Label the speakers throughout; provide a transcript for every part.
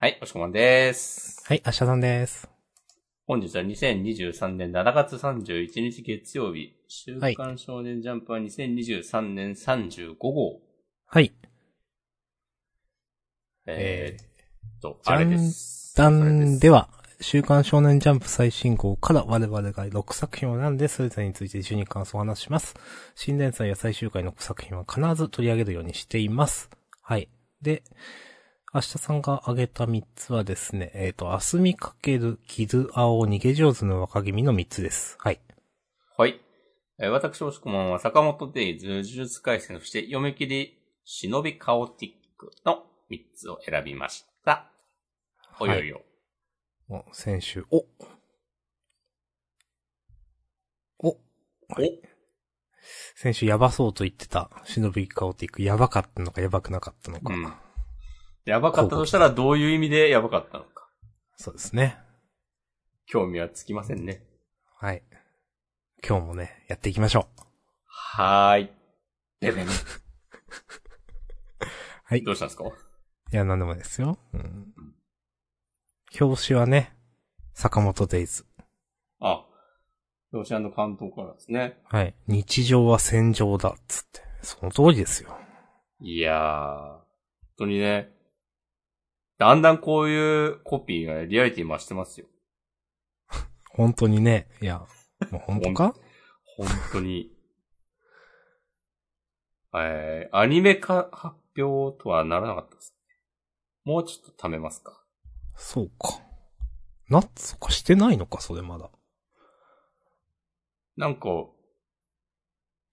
Speaker 1: はい、おしこまんです。
Speaker 2: はい、明日さんです。
Speaker 1: 本日は2023年7月31日月曜日、週
Speaker 2: はい
Speaker 1: 刊少年ジャンプは2023年35号。
Speaker 2: はい。
Speaker 1: えー、っと、
Speaker 2: えー
Speaker 1: あれです。
Speaker 2: ダ
Speaker 1: それ
Speaker 2: ン
Speaker 1: す
Speaker 2: では、週刊少年ジャンプ最新号から我々が6作品を選んで、それぞれについて順に感想をお話しします。新連載や最終回の作品は必ず取り上げるようにしています。はい。で、明日さんが挙げた3つはですね、えっ、と、明日見かける、傷青、逃げ上手の若君の3つです。はい。
Speaker 1: はい。えー私、おしこまんは坂本デイズ、呪術回戦、そして読み切り、忍びカオティックの3つを選びました。およよ。
Speaker 2: お先週、おおはい。先週やばそうと言ってた、忍びカオティック、やばかったのかやばくなかったのか。
Speaker 1: うんやばかったとしたらどういう意味でやばかったのか。
Speaker 2: そうですね。
Speaker 1: 興味はつきませんね。
Speaker 2: はい。今日もね、やっていきましょ
Speaker 1: はーい。で でん
Speaker 2: う。はい。い
Speaker 1: どうしたんですか
Speaker 2: や、なんでもないですよ。うん。表紙はね、坂本デイズ。
Speaker 1: あ、ロシアの関東からですね。
Speaker 2: はい。日常は戦場だ、っつって。その通りですよ。
Speaker 1: いやー、本当にね、だんだんこういうコピーがねリアリティ増してますよ。
Speaker 2: 本当にね、いや、もう本当か
Speaker 1: 本当に。 えー、アニメ化発表とはならなかったですね。もうちょっと貯めますか。
Speaker 2: そうか。な、そっか、してないのか、それまだ。
Speaker 1: なんか、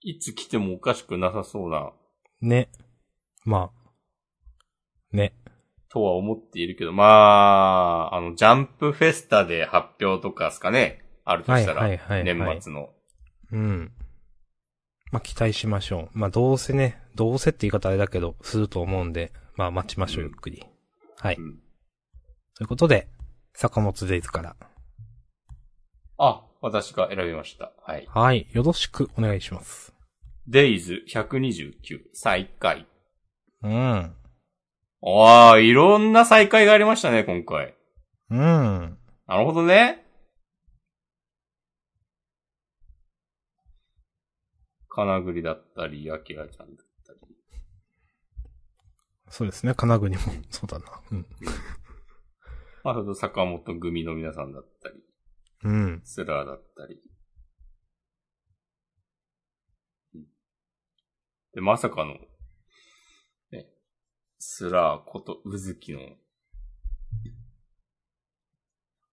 Speaker 1: いつ来てもおかしくなさそうな、
Speaker 2: ね。まあ。ね。
Speaker 1: とは思っているけど、まあ、あの、ジャンプフェスタで発表とかですかね。あるとしたら、
Speaker 2: はいはいはいはい
Speaker 1: 年末の。
Speaker 2: うん。まあ、期待しましょう。まあ、どうせね、どうせって言い方あれだけど、すると思うんで、まあ、待ちましょう、
Speaker 1: う
Speaker 2: ゆ
Speaker 1: ん
Speaker 2: っくり。はい。
Speaker 1: うん
Speaker 2: ということで、坂本デイズから。
Speaker 1: あ、私が選びました。はい。
Speaker 2: はい。よろしくお願いします。
Speaker 1: デイズ129、再開。
Speaker 2: うん。
Speaker 1: ああ、いろんな再開がありましたね、今回。
Speaker 2: うん。
Speaker 1: なるほどね。金栗だったり、アキラちゃんだったり。
Speaker 2: そうですね、金具にも。 そうだな。うん。
Speaker 1: まあ、それと坂本組の皆さんだったり、
Speaker 2: うん。
Speaker 1: スラーだったり。うんで、まさかの、ね、スラーことうずきの、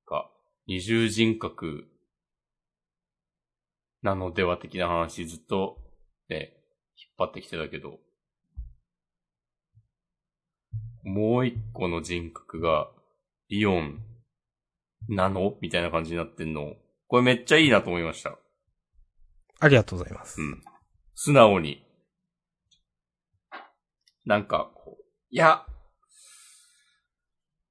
Speaker 1: が、二重人格、なのでは的な話ずっと、ね、引っ張ってきてたけど、もう一個の人格が、リオン、なのみたいな感じになってんの。これめっちゃいいなと思いました。
Speaker 2: ありがとうございます。
Speaker 1: うん。素直に。なんか、こう、いや、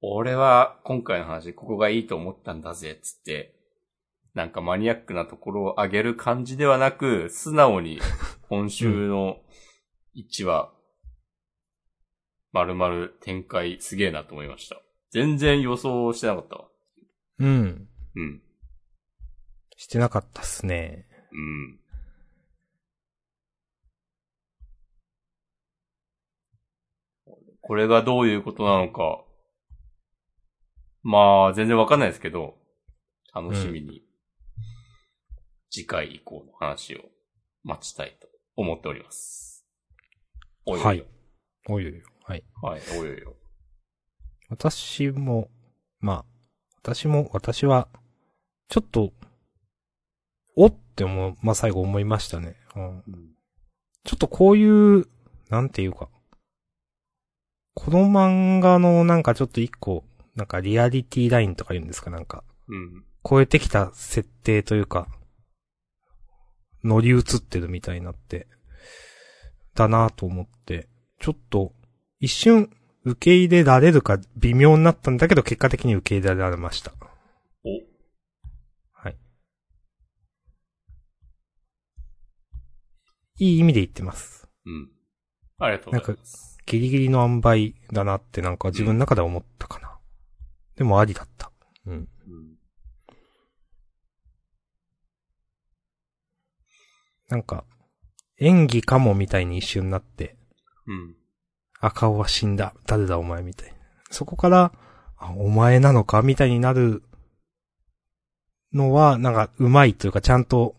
Speaker 1: 俺は今回の話、ここがいいと思ったんだぜ、つって、なんかマニアックなところを上げる感じではなく、素直に今週の1話、まるまる展開すげえなと思いました。全然予想してなかったわ。
Speaker 2: うん。
Speaker 1: うん。
Speaker 2: してなかったっすね。
Speaker 1: うん。これがどういうことなのか、まあ、全然わかんないですけど、楽しみに、次回以降の話を待ちたいと思っております。およよ。
Speaker 2: はいおいおいおい。はい。
Speaker 1: はい、およよ。
Speaker 2: 私も、まあ、私も、私は、ちょっと、おって思う、まあ、最後思いましたね。うん。ちょっとこういう、なんていうか、この漫画のなんかちょっと一個、なんかリアリティラインとか言うんですか、なんか、
Speaker 1: うん。
Speaker 2: 超えてきた設定というか、乗り移ってるみたいになって、だなぁと思って、ちょっと、一瞬、受け入れられるか微妙になったんだけど、結果的に受け入れられました。
Speaker 1: お。
Speaker 2: はい。いい意味で言ってます。
Speaker 1: うん。ありがとうございます。
Speaker 2: ギリギリの塩梅だなってなんか自分の中では思ったかな。でもありだった。うん。
Speaker 1: うん。
Speaker 2: なんか、演技かもみたいに一瞬になって、
Speaker 1: うん。
Speaker 2: 赤尾は死んだ。誰だお前みたいな。そこから、あお前なのかみたいになるのは、なんか、うまいというか、ちゃんと、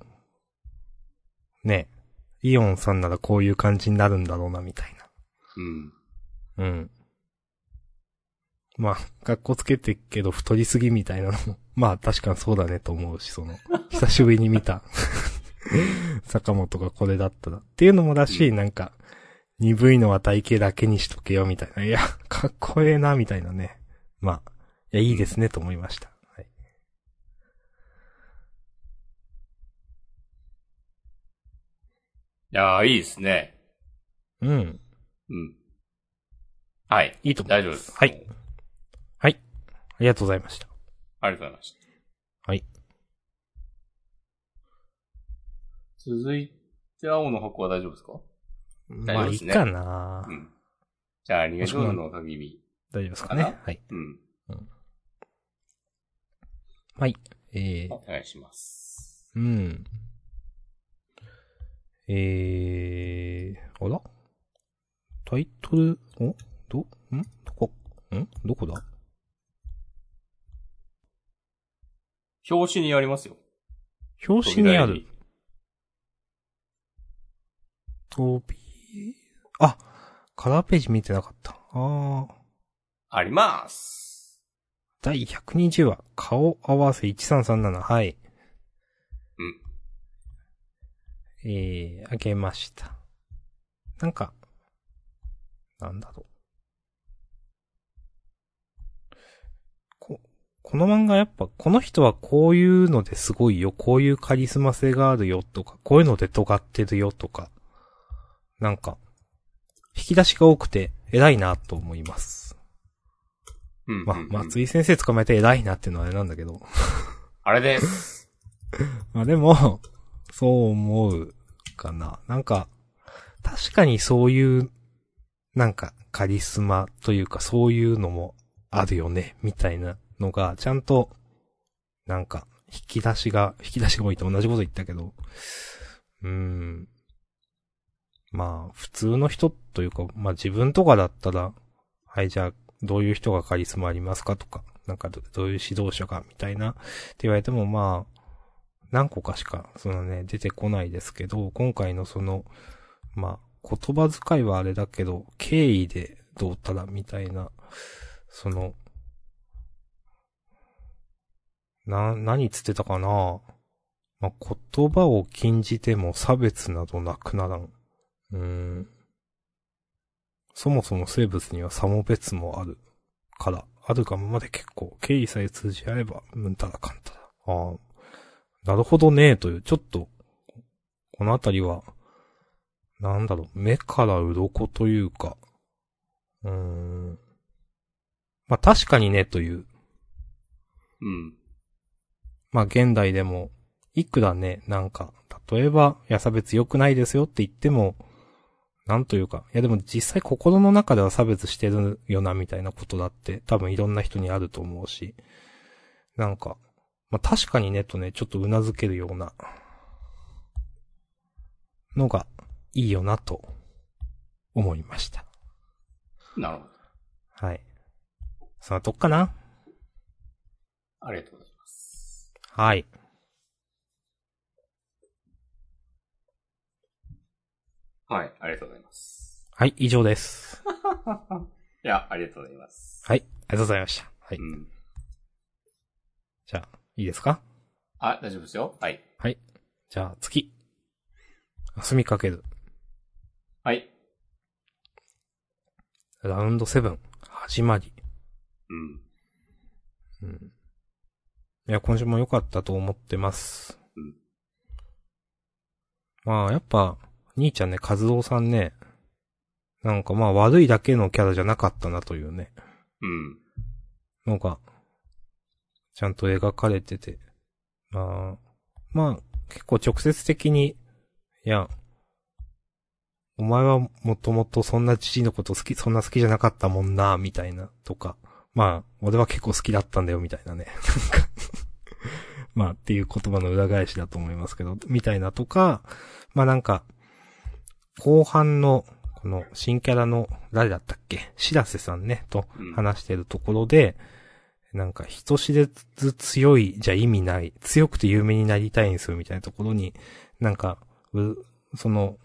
Speaker 2: ね、イオンさんならこういう感じになるんだろうな、みたい
Speaker 1: うん。
Speaker 2: な。うん。まあ、格好つけてっけど太りすぎみたいなのも、 まあ確かにそうだねと思うし、その、久しぶりに見た、 坂本がこれだったら。っていうのもだし、
Speaker 1: うん
Speaker 2: なんか、鈍いのは体型だけにしとけよ、みたいな。いや、かっこええな、みたいなね。まあ、いや、いいですね、と思いました。はい。
Speaker 1: いやー、いいですね。
Speaker 2: うん。
Speaker 1: うん。はい。
Speaker 2: いいと思
Speaker 1: 大
Speaker 2: います
Speaker 1: 丈夫です。
Speaker 2: はい。はい。ありがとうございました。
Speaker 1: ありがとうございました。
Speaker 2: はい。
Speaker 1: 続いて、青の箱は大丈夫ですか
Speaker 2: ま
Speaker 1: 大
Speaker 2: あ、
Speaker 1: 丈夫
Speaker 2: い
Speaker 1: で
Speaker 2: い
Speaker 1: すね
Speaker 2: かな、
Speaker 1: うん。じゃあ、逃げ上手の限り。
Speaker 2: 大丈夫ですか
Speaker 1: か
Speaker 2: ね
Speaker 1: な。
Speaker 2: はい。
Speaker 1: うん。
Speaker 2: はい。えー
Speaker 1: お、願いします。
Speaker 2: うん。えー、あらタイトル、おど、んどこんどこだ
Speaker 1: 表紙にありますよ。
Speaker 2: 表紙にあ
Speaker 1: 扉絵
Speaker 2: る。飛び、あ、カラーページ見てなかった。あー。
Speaker 1: あります。
Speaker 2: 第120話、顔合わせ1337、はい。
Speaker 1: うん。
Speaker 2: えー、あげました。なんか、なんだろう。こ、この漫画やっぱ、この人はこういうのですごいよ、こういうカリスマ性があるよとか、こういうので尖ってるよとか、なんか、引き出しが多くて偉いなと思います。
Speaker 1: うん。
Speaker 2: まあ、
Speaker 1: うん
Speaker 2: 松井先生捕まえて偉いなっていうのはあれなんだけど。
Speaker 1: あれです。
Speaker 2: まあでも、そう思うかな。なんか、確かにそういう、なんか、カリスマというか、そういうのもあるよね、みたいなのが、ちゃんと、なんか、引き出しが、引き出しが多いと同じこと言ったけど、うーん。まあ、普通の人というか、まあ自分とかだったら、はい、じゃあ、どういう人がカリスマありますかとか、なんかど、どういう指導者が、みたいな、って言われても、まあ、何個かしか、そのね、出てこないですけど、今回のその、まあ、言葉遣いはあれだけど、敬意でどうたらみたいな、その、な、何つってたかなまあ、言葉を禁じても差別などなくならん。うーん。そもそも生物には差も別もある。から、あるがままで結構、敬意さえ通じ合えば、うんたらかんたら。ああ、なるほどね、という、ちょっと、このあたりは、なんだろう、目から鱗というか、うーん。まあ確かにね、という、
Speaker 1: うん。
Speaker 2: まあ現代でも、いくらね、なんか、例えば、いや差別良くないですよって言っても、なんというか、いやでも実際心の中では差別してるよな、みたいなことだって、多分いろんな人にあると思うし、なんか、まあ確かにね、とね、ちょっと頷けるような、のが、いいよな、と、思いました。
Speaker 1: なるほど。
Speaker 2: はい。そんなとこかな
Speaker 1: ありがとうございます。
Speaker 2: はい。
Speaker 1: はい。ありがとうございます。
Speaker 2: はい、以上です。
Speaker 1: いや、ありがとうございます。
Speaker 2: はい、ありがとうございました。はい。
Speaker 1: うん。
Speaker 2: じゃあ、いいですか
Speaker 1: あ、大丈夫ですよ。はい。
Speaker 2: じゃあ、次。遊みかける。
Speaker 1: はい。
Speaker 2: ラウンド7。始まり。
Speaker 1: うん。
Speaker 2: うん。いや、今週も良かったと思ってます。
Speaker 1: うん
Speaker 2: まあ、やっぱ、兄ちゃんね、和夫さんね、なんかまあ悪いだけのキャラじゃなかったなというね。
Speaker 1: うん。
Speaker 2: のが、ちゃんと描かれてて。まあ、まあ、結構直接的に、いや、お前はもともとそんな父のこと好き、そんな好きじゃなかったもんな、みたいな、とか、まあ、俺は結構好きだったんだよ、みたいなね。 なんかまあ、っていう言葉の裏返しだと思いますけど、みたいなとか、まあなんか、後半の、この新キャラの、誰だったっけ白瀬さんね、と
Speaker 1: うん
Speaker 2: 話してるところで、なんか、人知れず強いじゃ意味ない、強くて有名になりたいんですよ、みたいなところに、なんか、うその、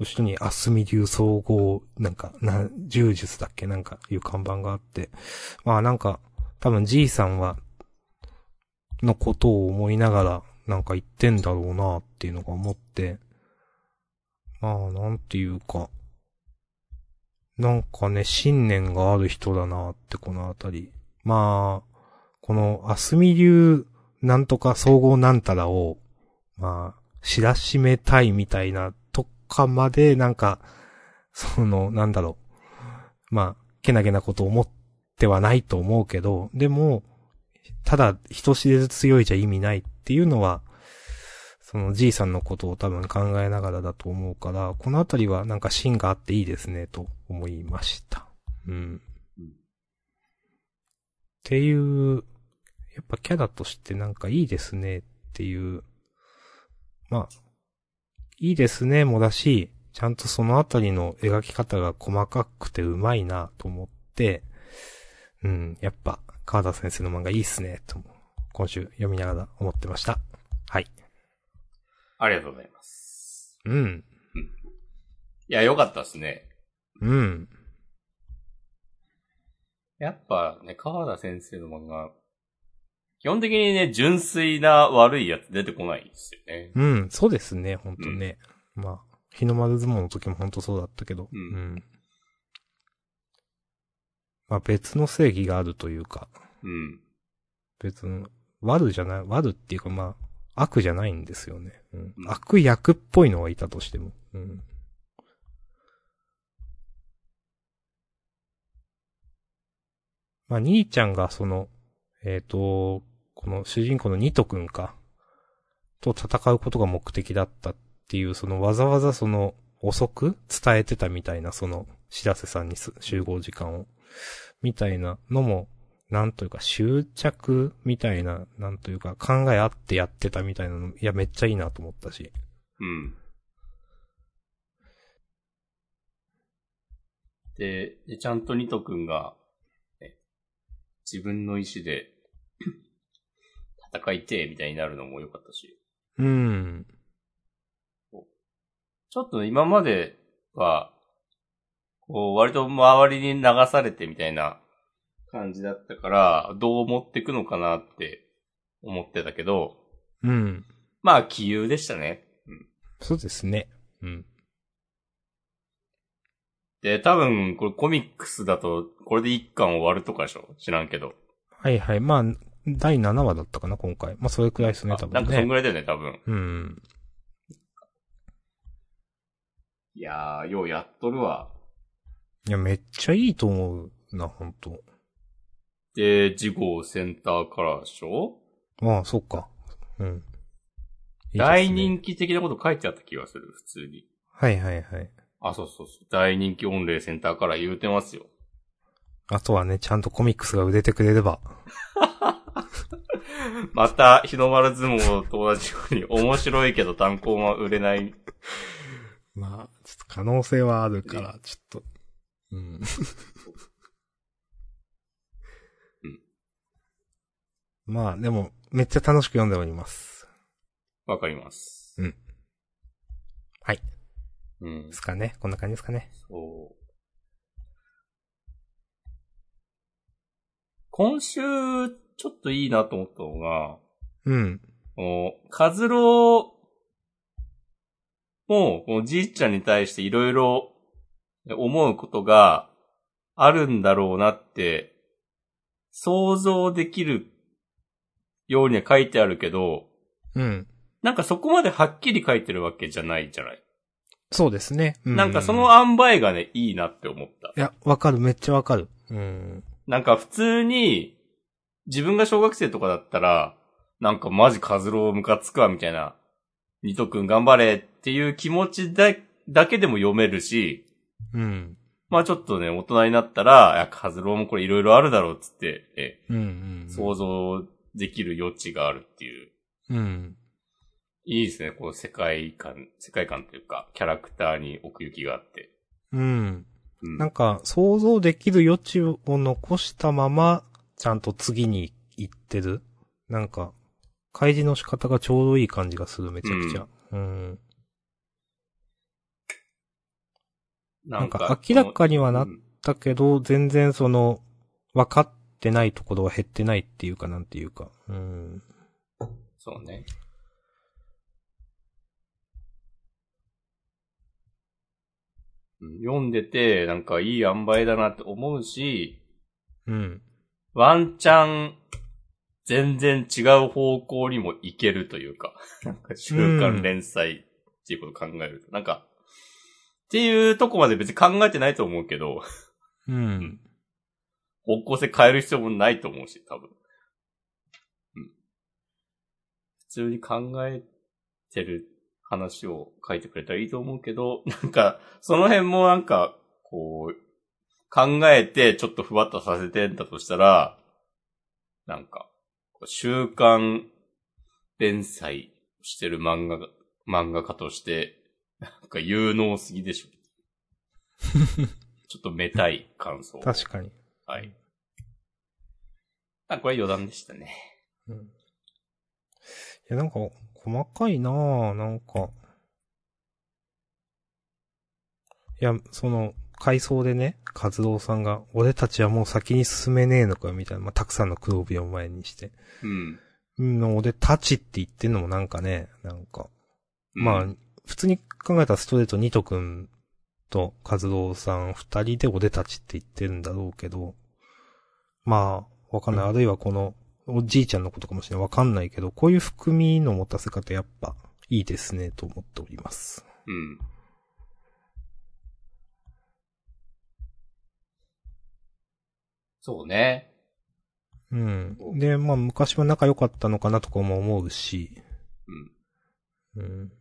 Speaker 2: 後ろに、あすみ流総合、なんか、な、柔術だっけなんか、いう看板があって、まあなんか、多分じいさんは、のことを思いながら、なんか言ってんだろうなっていうのが思って、まあなんていうか、なんかね、信念がある人だなってこのあたり。まあ、この、あすみ流、なんとか総合なんたらを、まあ、知らしめたいみたいなとかまで、なんか、その、なんだろう。まあ、けなげなこと思ってはないと思うけど、でも、ただ、人知れず強いじゃ意味ないっていうのは、そのじいさんのことを多分考えながらだと思うから、このあたりはなんか芯があっていいですね、と思いました。うん。
Speaker 1: うん
Speaker 2: っていう、やっぱキャラとしてなんかいいですねっていう、まあ、いいですねもだし、ちゃんとそのあたりの描き方が細かくてうまいなと思って、うん、やっぱ、川田先生の漫画いいっすね、と、今週読みながら思ってました。はい。
Speaker 1: ありがとうございます。
Speaker 2: うん。
Speaker 1: いや、よかったですね。
Speaker 2: うん。
Speaker 1: やっぱね、川田先生の漫画、基本的にね、純粋な悪いやつ出てこないんですよね。
Speaker 2: うん、そうですね、ほんとね。まあ、日の丸相撲の時もほんとそうだったけど。
Speaker 1: うん
Speaker 2: まあ、別の正義があるというか、
Speaker 1: うん。
Speaker 2: 別の、悪じゃない、悪っていうかまあ、悪じゃないんですよね。うん
Speaker 1: う。ん
Speaker 2: 悪役っぽいのがいたとしても。うん。まあ、兄ちゃんがその、えっ、と、この主人公のニトくんか、と戦うことが目的だったっていう、そのわざわざその、遅く伝えてたみたいな、その、白瀬さんにす集合時間を、みたいなのも、なんというか執着みたいな、なんというか考えあってやってたみたいなの、いや、めっちゃいいなと思ったし。
Speaker 1: うん。で、でちゃんとニト君が、ね、自分の意志で 戦いてえみたいになるのも良かったし。
Speaker 2: うん。
Speaker 1: ちょっと今までは、こう、割と周りに流されてみたいな感じだったから、どう持ってくのかなって思ってたけど、
Speaker 2: うん。
Speaker 1: まあ、気憂でしたね。うん
Speaker 2: そうですね。うん。
Speaker 1: で、多分、これコミックスだと、これで一巻終わるとかでしょ知らんけど。
Speaker 2: はいはい。まあ、第7話だったかな、今回。まあ、それくらいですね、
Speaker 1: あ
Speaker 2: 多
Speaker 1: なん
Speaker 2: 分
Speaker 1: かそん
Speaker 2: ね
Speaker 1: ぐ。らいだよね、多分。
Speaker 2: うん。
Speaker 1: いやー、ようやっとるわ。
Speaker 2: いや、めっちゃいいと思うな、本当
Speaker 1: で、次号センターからでしょ
Speaker 2: ああ、そっか。うん。いいですね
Speaker 1: 大人気的なこと書いてあった気がする、普通に。
Speaker 2: はいはいはい。
Speaker 1: あ、そうそうそう。大人気御礼センターから言うてますよ。
Speaker 2: あとはね、ちゃんとコミックスが売れてくれれば。
Speaker 1: また、日の丸相撲と同じように、面白いけど単行は売れない。
Speaker 2: まあ、ちょっと可能性はあるから、ちょっと。うん。まあ、でも、めっちゃ楽しく読んでおります。
Speaker 1: わかります。
Speaker 2: うんはい。
Speaker 1: うん
Speaker 2: で。すかね。こんな感じですかね。
Speaker 1: そう。今週、ちょっといいなと思ったのが、
Speaker 2: うん。
Speaker 1: このカズローも、このじいちゃんに対していろいろ思うことがあるんだろうなって、想像できるようには書いてあるけど、
Speaker 2: うん。
Speaker 1: なんかそこまではっきり書いてるわけじゃないじゃない。
Speaker 2: そうですね。う
Speaker 1: なんかその、塩梅がね、いいなって思った。
Speaker 2: いや、わかる。めっちゃわかる。うん。
Speaker 1: なんか普通に、自分が小学生とかだったら、なんかマジカズロームカつくわ、みたいな。ニト君頑張れっていう気持ちだ、だけでも読めるし、
Speaker 2: うん。
Speaker 1: まあちょっとね、大人になったら、いや、カズローもこれいろいろあるだろうっつって、え
Speaker 2: うんうん。
Speaker 1: 想像できる余地があるっていう。
Speaker 2: うん。
Speaker 1: いいですね、この世界観、世界観というか、キャラクターに奥行きがあって。
Speaker 2: うん。
Speaker 1: うん。
Speaker 2: なんか、想像できる余地を残したまま、ちゃんと次に行ってる。なんか、開示の仕方がちょうどいい感じがする、めちゃくちゃ。うん。
Speaker 1: な
Speaker 2: なんか明らかにはな
Speaker 1: うん
Speaker 2: だけど、全然その、分かってないところは減ってないっていうか、なんていうか。うん。
Speaker 1: そうね。うん読んでて、なんかいい塩梅だなって思うし、
Speaker 2: うん。
Speaker 1: ワンチャン、全然違う方向にも行けるというか、 なんか週刊連載っていうことを考えると、なんか、っていうとこまで別に考えてないと思うけど、
Speaker 2: うん。
Speaker 1: 方向性変える必要もないと思うし、多分。うん。普通に考えてる話を書いてくれたらいいと思うけど、 なんか、その辺もなんか、こう、考えてちょっとふわっとさせてんだとしたら、なんか、こう週刊連載してる漫画が、漫画家として、なんか有能すぎで しょ。ちょっとめたい感想。
Speaker 2: 確かに。
Speaker 1: はい。あ、これ余談でしたね。
Speaker 2: うん。いや、なんか、細かいなぁ、なんか。いや、その、回想でね、カズオさんが、俺たちはもう先に進めねえのかよ、みたいな、まあ、たくさんの苦労病を前にして。
Speaker 1: うん。
Speaker 2: うん、俺たちって言ってんのもなんかね、なんか。まあ、普通に考えたらストレートニト君とカズローさん二人でおでたちって言ってるんだろうけど、まあ、わかんない。あるいはこの、おじいちゃんのことかもしれない。わかんないけど、こういう含みの持たせ方やっぱいいですね、と思っております。
Speaker 1: うん。そうね。
Speaker 2: うん。で、まあ昔は仲良かったのかなとかも思うし、
Speaker 1: うん。
Speaker 2: うん。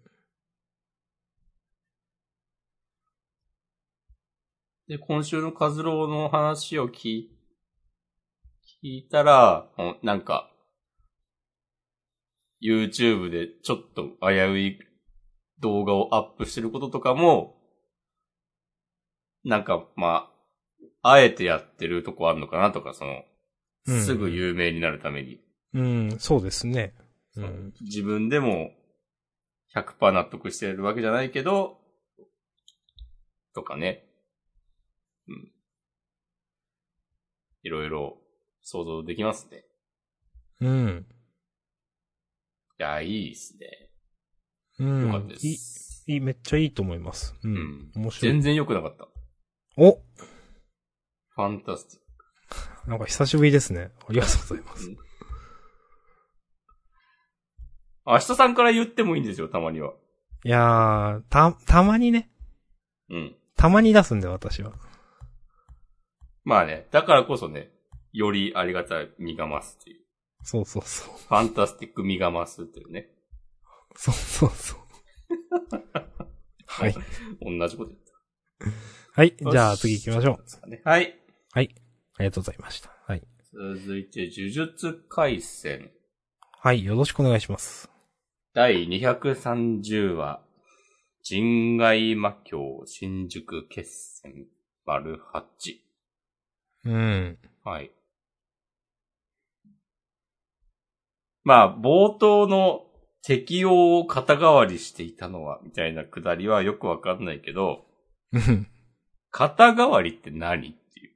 Speaker 1: で、今週のカズローの話を聞い、聞いたら、おなんか、YouTube でちょっと危うい動画をアップしてることとかも、なんか、まあ、あえてやってるとこあるのかなとか、その、
Speaker 2: うん
Speaker 1: すぐ有名になるために、
Speaker 2: うん、そうですね。うん。
Speaker 1: 自分でも100%納得してるわけじゃないけど、とかね。うん。いろいろ想像できますね。
Speaker 2: うん。
Speaker 1: いや、いいですね。
Speaker 2: うん。
Speaker 1: よかったで
Speaker 2: い
Speaker 1: す。
Speaker 2: いい、めっちゃいいと思います。う。
Speaker 1: うんん。
Speaker 2: 面白い。
Speaker 1: 全然良くなかった。
Speaker 2: お
Speaker 1: ファンタスティック。
Speaker 2: なんか久しぶりですね。ありがとうございます。
Speaker 1: 明日さんから言ってもいいんですよ、たまには。
Speaker 2: いやー、た、たまにね。
Speaker 1: うん。
Speaker 2: たまに出すんで、私は。
Speaker 1: まあね、だからこそね、よりありがたみが増すっていう。
Speaker 2: そうそうそう。
Speaker 1: ファンタスティックみが増すっていうね。
Speaker 2: そうそう そう。はい。
Speaker 1: 同じこと言って
Speaker 2: はい。
Speaker 1: よし
Speaker 2: じゃあ次行きましょう。
Speaker 1: ますかね。はい。
Speaker 2: ありがとうございました。はい。
Speaker 1: 続いて、呪術回戦。
Speaker 2: はい。よろしくお願いします。
Speaker 1: 第230話。人外魔境新宿決戦。丸八。
Speaker 2: うん。
Speaker 1: はい。まあ、冒頭の適応を肩代わりしていたのは、みたいなくだりはよくわかんないけど、
Speaker 2: うん。
Speaker 1: 肩代わりって何っていう。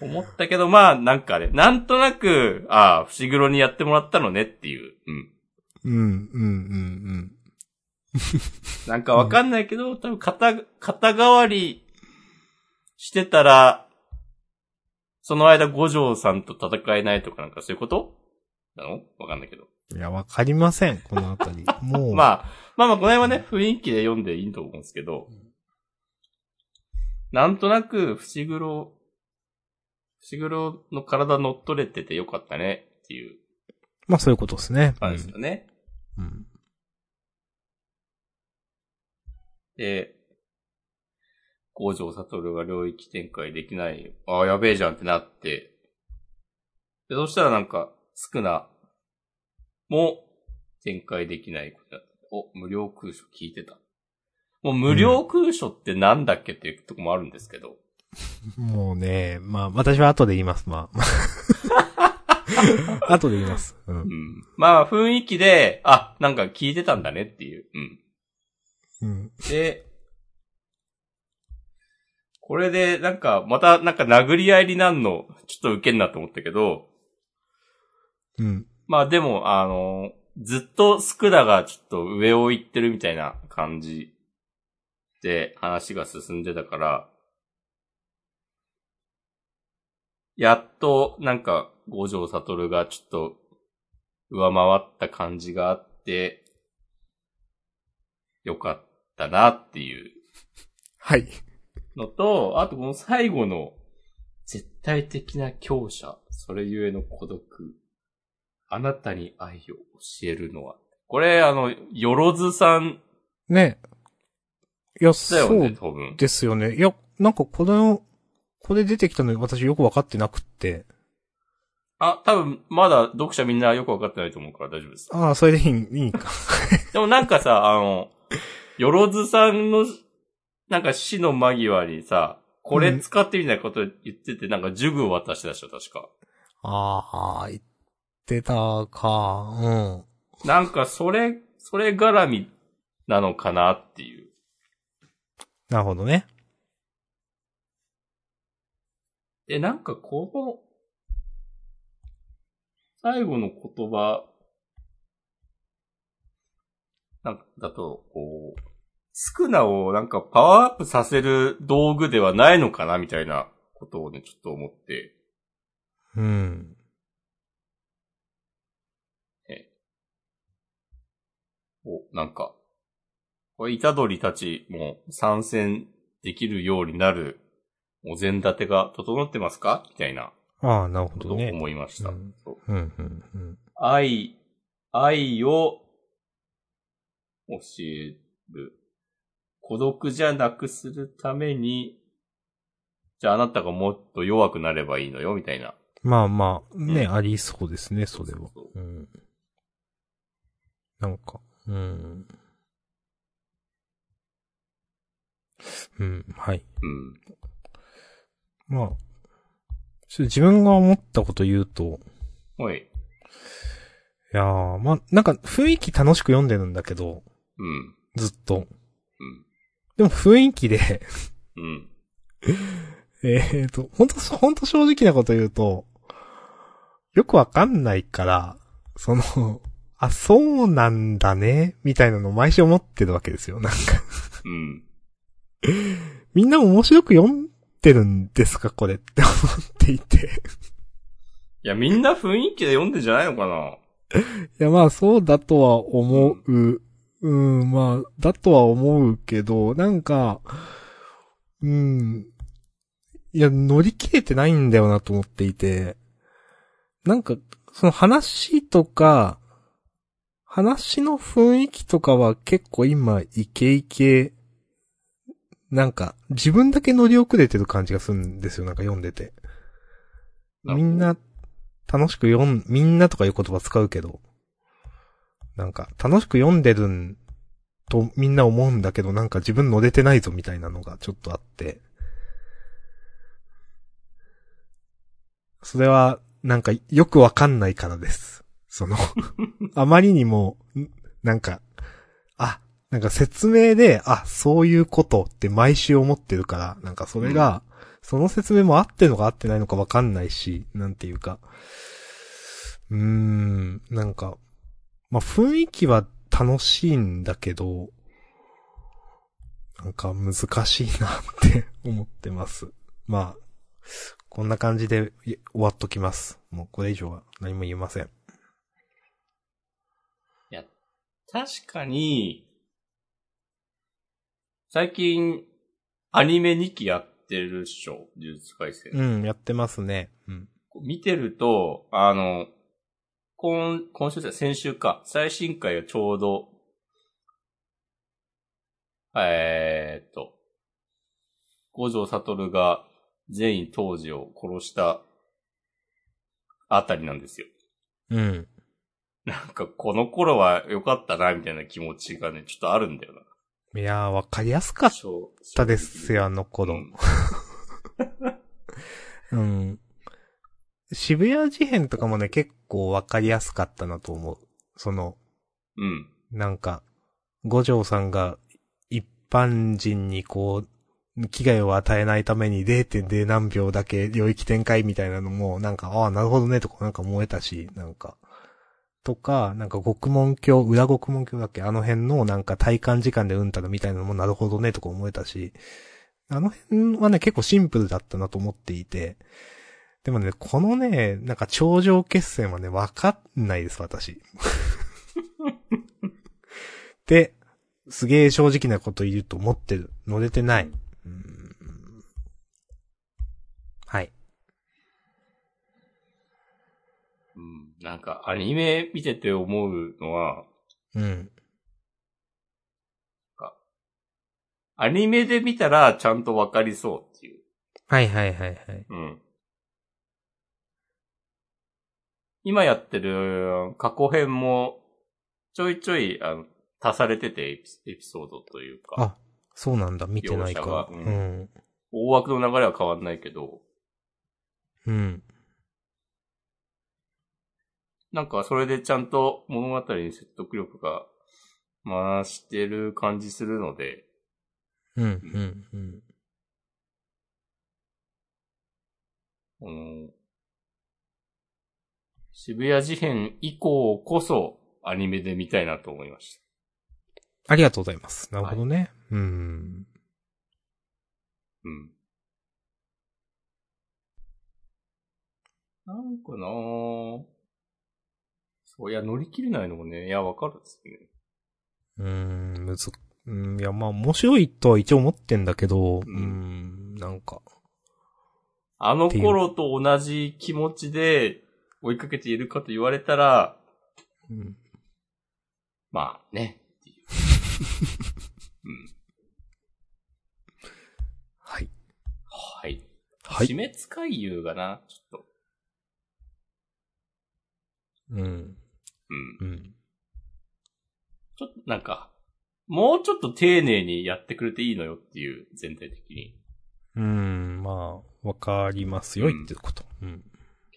Speaker 1: 思ったけど、まあ、なんかね、なんとなく、ああ、伏黒にやってもらったのねっていう。うん。
Speaker 2: うん、うん、うん、
Speaker 1: なんかわかんないけど、多分肩、肩代わりしてたら、その間五条さんと戦えないとかなんかそういうことなのわかんないけど。
Speaker 2: うん。いや、わかりません。このあた り。もう。
Speaker 1: まあ、まあまあ、この辺はね、雰囲気で読んでいいと思うんですけど、なんとなく、伏黒、伏黒の体乗っ取れててよかったねっていう
Speaker 2: まあ、そういうことですね。
Speaker 1: 感じですよね。
Speaker 2: うん。
Speaker 1: で、五条悟が領域展開できない、ああ、やべえじゃんってなって、で、そしたらなんか、少なも展開できないことになってお、無料空所聞いてた。もう無料空所ってなんだっけっていうとこもあるんですけど、
Speaker 2: もうね、まあ、私は後で言います、ま あ。後で言います。うん。
Speaker 1: うん。まあ、雰囲気で、あ、なんか聞いてたんだねっていう。うん。
Speaker 2: うん。
Speaker 1: で、これで、なんか、また、なんか殴り合いになんの、ちょっとウケんなと思ったけど、
Speaker 2: うん。
Speaker 1: まあでも、あの、ずっとスクラがちょっと上を行ってるみたいな感じで話が進んでたから、やっとなんか五条悟がちょっと上回った感じがあって、よかったなっていう
Speaker 2: はい。
Speaker 1: のと、あとこの最後の、絶対的な強者、それゆえの孤独、あなたに愛を教えるのは。これ、あの、よろずさん
Speaker 2: ね。い
Speaker 1: だ
Speaker 2: や、
Speaker 1: よ
Speaker 2: そ
Speaker 1: ね、
Speaker 2: う
Speaker 1: 多分。
Speaker 2: ですよね。いや、なんかこの、これ出てきたのに私よくわかってなくって。
Speaker 1: あ、多分、まだ読者みんなよくわかってないと思うから大丈夫です。
Speaker 2: ああ、それでいい、いいか。
Speaker 1: でもなんかさ、あの、よろずさんの、なんか死の間際にさ、これ使ってみたいなこと言ってて、なんか授業渡してたでしょ、確か。
Speaker 2: ああ、言ってたか。うん。
Speaker 1: なんか、それ、それ絡みなのかなっていう。
Speaker 2: なるほどね。
Speaker 1: え、なんかこの、最後の言葉、なんか、だと、こう、スクナをなんかパワーアップさせる道具ではないのかな、みたいなことをね、ちょっと思って。
Speaker 2: うん。
Speaker 1: お、なんか、これ、イタドリたちも参戦できるようになる、お膳立てが整ってますかみたいな
Speaker 2: ああ、なるほ
Speaker 1: こと
Speaker 2: ど
Speaker 1: を
Speaker 2: ね。
Speaker 1: 思いました。
Speaker 2: うん
Speaker 1: そう
Speaker 2: うん、うん、うん。
Speaker 1: 愛、愛を教える。孤独じゃなくするために、じゃああなたがもっと弱くなればいいのよ、みたいな。
Speaker 2: まあまあ、ね、
Speaker 1: うん
Speaker 2: ありそうですね、それは
Speaker 1: そう。
Speaker 2: うん。なんか、うん。うん、はい。
Speaker 1: うん。
Speaker 2: まあ、ちょっと自分が思ったこと言うと、
Speaker 1: はい。
Speaker 2: いやー、まあ、なんか雰囲気楽しく読んでるんだけど、
Speaker 1: うん。
Speaker 2: ずっと。
Speaker 1: うん。
Speaker 2: でも雰囲気で、
Speaker 1: うん。
Speaker 2: えーと、ほんと、ほんと正直なこと言うと、よくわかんないから、その、 あ、そうなんだね、みたいなのを毎週思ってるわけですよ。なんか、
Speaker 1: うん。
Speaker 2: みんな面白く読んでるんですか、これって思っていて。
Speaker 1: いや、みんな雰囲気で読んでんじゃないのかない
Speaker 2: や、まあ、そうだとは思う。うん、まあ、だとは思うけど、なんか、うん、いや、乗り切れてないんだよなと思っていて、なんか、その話とか、話の雰囲気とかは結構今、イケイケ、なんか、自分だけ乗り遅れてる感じがするんですよ、なんか読んでて。
Speaker 1: なるほど
Speaker 2: みんな、楽しく読ん、みんなとかいう言葉使うけど、なんか、楽しく読んでるん、とみんな思うんだけど、なんか自分乗れてないぞみたいなのがちょっとあって、それは、なんか、よくわかんないからです。その、あまりにも、んなんか、あ、なんか説明で、あ、そういうことって毎週思ってるから、なんかそれが、その説明も合ってるのか合ってないのかわかんないし、なんていうか、うーん、なんか、まあ、雰囲気は楽しいんだけど、なんか難しいなって思ってます。まあ、こんな感じでい終わっときます。もうこれ以上は何も言えません。
Speaker 1: いや、確かに、最近、アニメ2期やってるっしょ、呪術改正。
Speaker 2: うん、やってますね。うん。
Speaker 1: 見てると、あの、今、今週じゃない、先週か、最新回がちょうど、えーっと、五条悟が全員当時を殺したあたりなんですよ。
Speaker 2: うん。
Speaker 1: なんかこの頃は良かったな、みたいな気持ちがね、ちょっとあるんだよな。
Speaker 2: いやー、わかりやすかっ
Speaker 1: そう。
Speaker 2: たですよ、あの頃。
Speaker 1: うん
Speaker 2: うん。渋谷事変とかもね、結構わかりやすかったなと思う。その、
Speaker 1: うん。
Speaker 2: なんか、五条さんが一般人にこう、危害を与えないために0.0何秒だけ領域展開みたいなのも、なんか、ああ、なるほどね、とかなんか燃えたし、なんか。とか、なんか獄門教、裏獄門教だっけあの辺のなんか体感時間でうんたらみたいなのもなるほどね、とか思えたし。あの辺はね、結構シンプルだったなと思っていて。でもね、このね、なんか頂上決戦はね、わかんないです、私。って、すげえ正直なこと言うと思ってる。乗れてない。うんはい。
Speaker 1: うん。なんかアニメ見てて思うのは、
Speaker 2: うん。
Speaker 1: アニメで見たらちゃんとわかりそうっていう。
Speaker 2: はいはいはいはい。
Speaker 1: うん。今やってる過去編も、ちょいちょい、あの、足されててエピエピソードというか、
Speaker 2: あ、そうなんだ。見てな
Speaker 1: 容
Speaker 2: い
Speaker 1: 赦は
Speaker 2: か。
Speaker 1: う
Speaker 2: うんん。
Speaker 1: 大枠の流れは変わんないけど、
Speaker 2: うん。
Speaker 1: なんかそれでちゃんと物語に説得力が増してる感じするので、
Speaker 2: うん。うん。うん。
Speaker 1: この、渋谷事変以降こそアニメで見たいなと思いまし
Speaker 2: ありがとうございます。なるほどね。うん。
Speaker 1: た。うん。なんかなぁ。そういや、乗り切れないのもね、いや、わかるっすね。
Speaker 2: うん、むず、うん、いや、まあ、面白いとは一応思ってんだけど、
Speaker 1: う
Speaker 2: うんん、なんか、
Speaker 1: あの頃と同じ気持ちで追いかけているかと言われたら、
Speaker 2: うん、
Speaker 1: まあね、っていう。
Speaker 2: はい。
Speaker 1: はい。
Speaker 2: はい
Speaker 1: 死。滅回遊がな、ちょっと。
Speaker 2: うん、
Speaker 1: うん。
Speaker 2: うん。
Speaker 1: ちょっとなんか、もうちょっと丁寧にやってくれていいのよっていう、全体的に。
Speaker 2: うん、まあ、わかりますよ、
Speaker 1: う
Speaker 2: 言
Speaker 1: ん
Speaker 2: ってること。うん。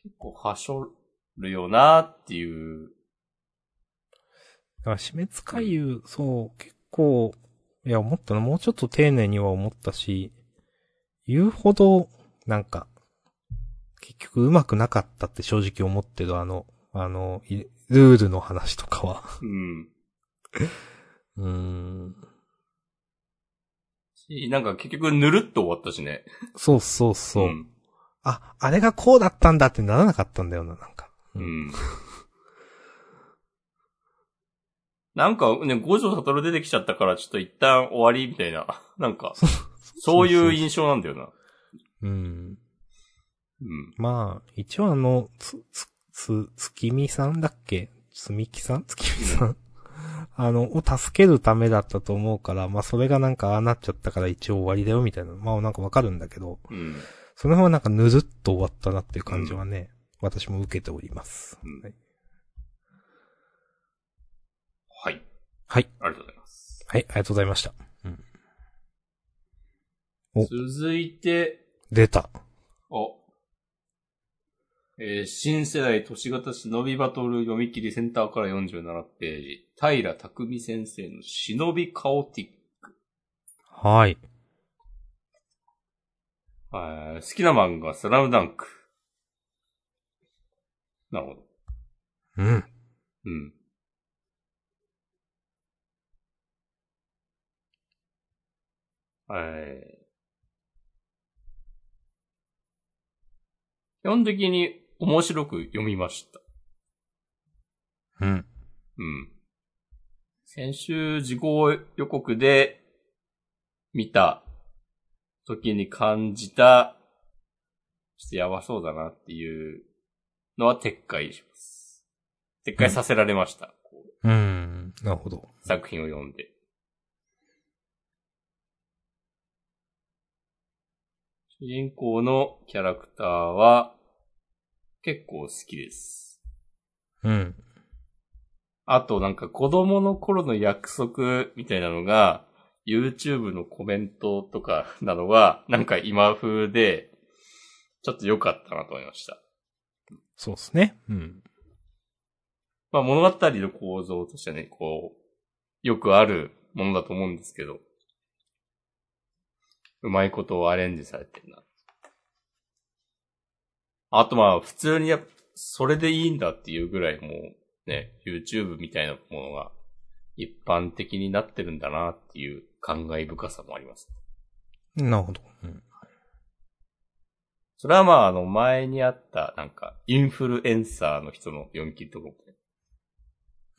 Speaker 1: 結構、はしょるよなっていう。
Speaker 2: だから、死滅回遊、そう、結構、いや、思ったの、もうちょっと丁寧には思ったし、言うほど、なんか、結局うまくなかったって正直思ってるあの、あの、いルールの話とかは。
Speaker 1: うん。
Speaker 2: うーん。
Speaker 1: しなんか結局、ぬるっと終わったしね。
Speaker 2: そうそうそう。
Speaker 1: ん。
Speaker 2: あ、あれがこうだったんだってならなかったんだよな、なんか。
Speaker 1: うん。なんかね、五条悟出てきちゃったから、ちょっと一旦終わりみたいな。 なん か、そういう印象なんだよな。
Speaker 2: うん。
Speaker 1: うん。
Speaker 2: まあ、一応あの、つ、つ、つ、月見さんだっけつみきさん月見さんあの、を助けるためだったと思うから、まあそれがなんかああなっちゃったから一応終わりだよみたいな、まあなんかわかるんだけど、
Speaker 1: うん。
Speaker 2: その辺はなんかぬるっと終わったなっていう感じはね、私も受けております。
Speaker 1: うん
Speaker 2: はい
Speaker 1: はい。
Speaker 2: はい。
Speaker 1: ありがとうございます。
Speaker 2: はい、ありがとうございました。お
Speaker 1: 続いて、
Speaker 2: 出た。
Speaker 1: お。えー新世代都市型忍びバトル読み切りセンターから47ページ。平匠先生の忍びカオティッ
Speaker 2: はい。
Speaker 1: ク。えー好きな漫画、スラムダンク。なるほど。
Speaker 2: うん。
Speaker 1: うん。はい。基本的に面白く読みました。
Speaker 2: うん。
Speaker 1: うん。先週、事後予告で見た時に感じた、ちょっとやばそうだなっていうのは撤回します。撤回させられました。こう
Speaker 2: うん。なるほど。
Speaker 1: 作品を読んで。主人公のキャラクターは、結構好きです。
Speaker 2: うん。
Speaker 1: あとなんか子供の頃の約束みたいなのが、YouTube のコメントとかなのは、なんか今風で、ちょっと良かったなと思いました。
Speaker 2: そうですね。うん。
Speaker 1: まあ物語の構造としてはね、こう、よくあるものだと思うんですけど、うまいことをアレンジされてるな。あとまあ普通にやっぱそれでいいんだっていうぐらいもうね、YouTube みたいなものが一般的になってるんだなっていう感慨深さもあります。
Speaker 2: なるほど。うん。
Speaker 1: それはまああの前にあったなんかインフルエンサーの人の読み切りとかもね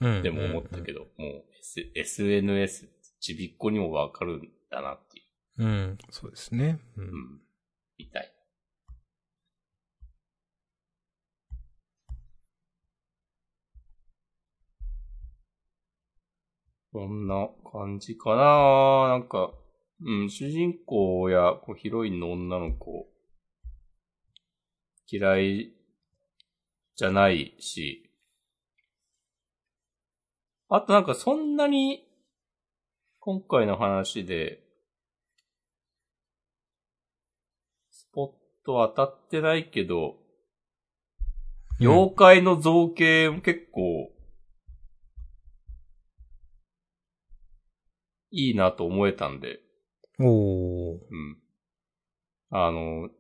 Speaker 2: うん。
Speaker 1: でも思ったけ
Speaker 2: ど。
Speaker 1: ど、もう、S、SNS、ちびっこにもわかるんだなっていう。
Speaker 2: うん。そうですね。う。
Speaker 1: うんん。みたい。こんな感じかななんか、うん、主人公やこうヒロインの女の子、嫌いじゃないし、あとなんかそんなに、今回の話で、スポット当たってないけど、
Speaker 2: よ
Speaker 1: 妖怪の造形も結構、いいなと思えたんで、
Speaker 2: お
Speaker 1: う
Speaker 2: ー。
Speaker 1: ん。あの、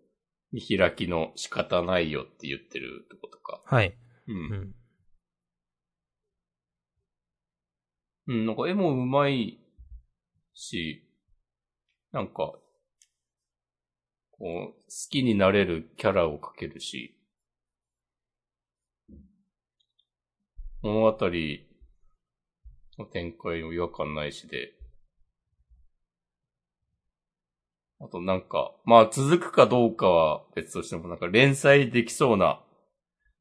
Speaker 1: 見開きの仕方ないよって言ってるとことか。
Speaker 2: はい。
Speaker 1: う。
Speaker 2: うんん。
Speaker 1: うん、なんか絵もうまいし、なんか、こう、好きになれるキャラを描けるし、物語の展開も違和感ないしで、あとなんか、まあ続くかどうかは別としてもなんか連載できそうな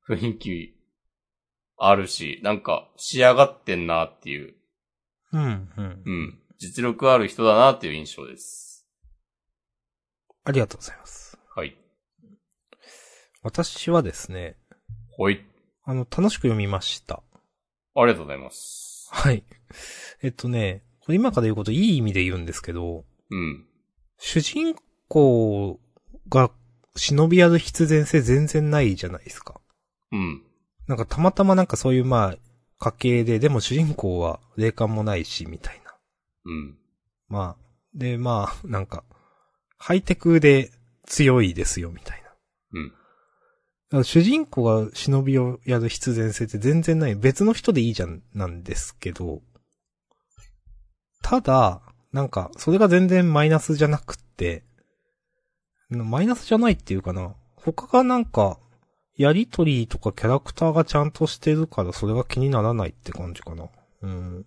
Speaker 1: 雰囲気あるし、なんか仕上がってんなっていう
Speaker 2: うん。うん。
Speaker 1: うん。実力ある人だなっていう印象です。
Speaker 2: ありがとうございます。
Speaker 1: はい。
Speaker 2: 私はですね、
Speaker 1: はい。
Speaker 2: あの、楽しく読みました。
Speaker 1: ありがとうございます。
Speaker 2: はい。えっとね、これ今から言うこといい意味で言うんですけど、
Speaker 1: うん。
Speaker 2: 主人公が忍び宿る必然性全然ないじゃないですか。
Speaker 1: うん。
Speaker 2: なんかたまたまなんかそういうまあ、家系で、でも主人公は霊感もないし、みたいな。
Speaker 1: うん。
Speaker 2: まあ、でまあ、なんか、ハイテクで強いですよ、みたいな。
Speaker 1: うん。
Speaker 2: だから主人公が忍びをやる必然性って全然ない。別の人でいいじゃん、なんですけど。ただ、なんか、それが全然マイナスじゃなくって、なマイナスじゃないっていうかな。他がなんか、やりとりとかキャラクターがちゃんとしてるからそれが気にならないって感じかな。うん。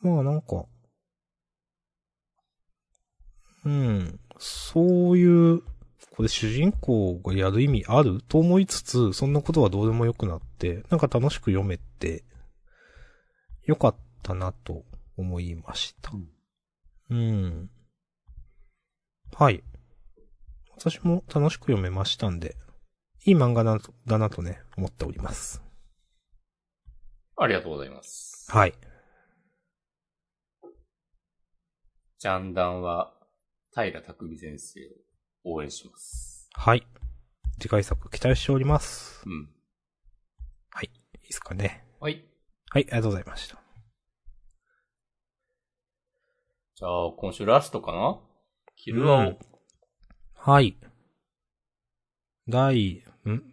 Speaker 2: まあなんか、うん。そういうこれ主人公がやる意味あると思いつつ、そんなことはどうでもよくなって、なんか楽しく読めて、よかったなと思いました。うん。はい。私も楽しく読めましたんで、いい漫画なだなとね、思っております。
Speaker 1: ありがとうございます。
Speaker 2: はい。
Speaker 1: ジャンダンは、平拓海先生を応援します。
Speaker 2: はい。次回作期待しております。
Speaker 1: うん。
Speaker 2: いいですかね。
Speaker 1: はい。
Speaker 2: はい、ありがとうございました。
Speaker 1: じゃあ、今週ラストかな昼は、
Speaker 2: うんはい。第、ん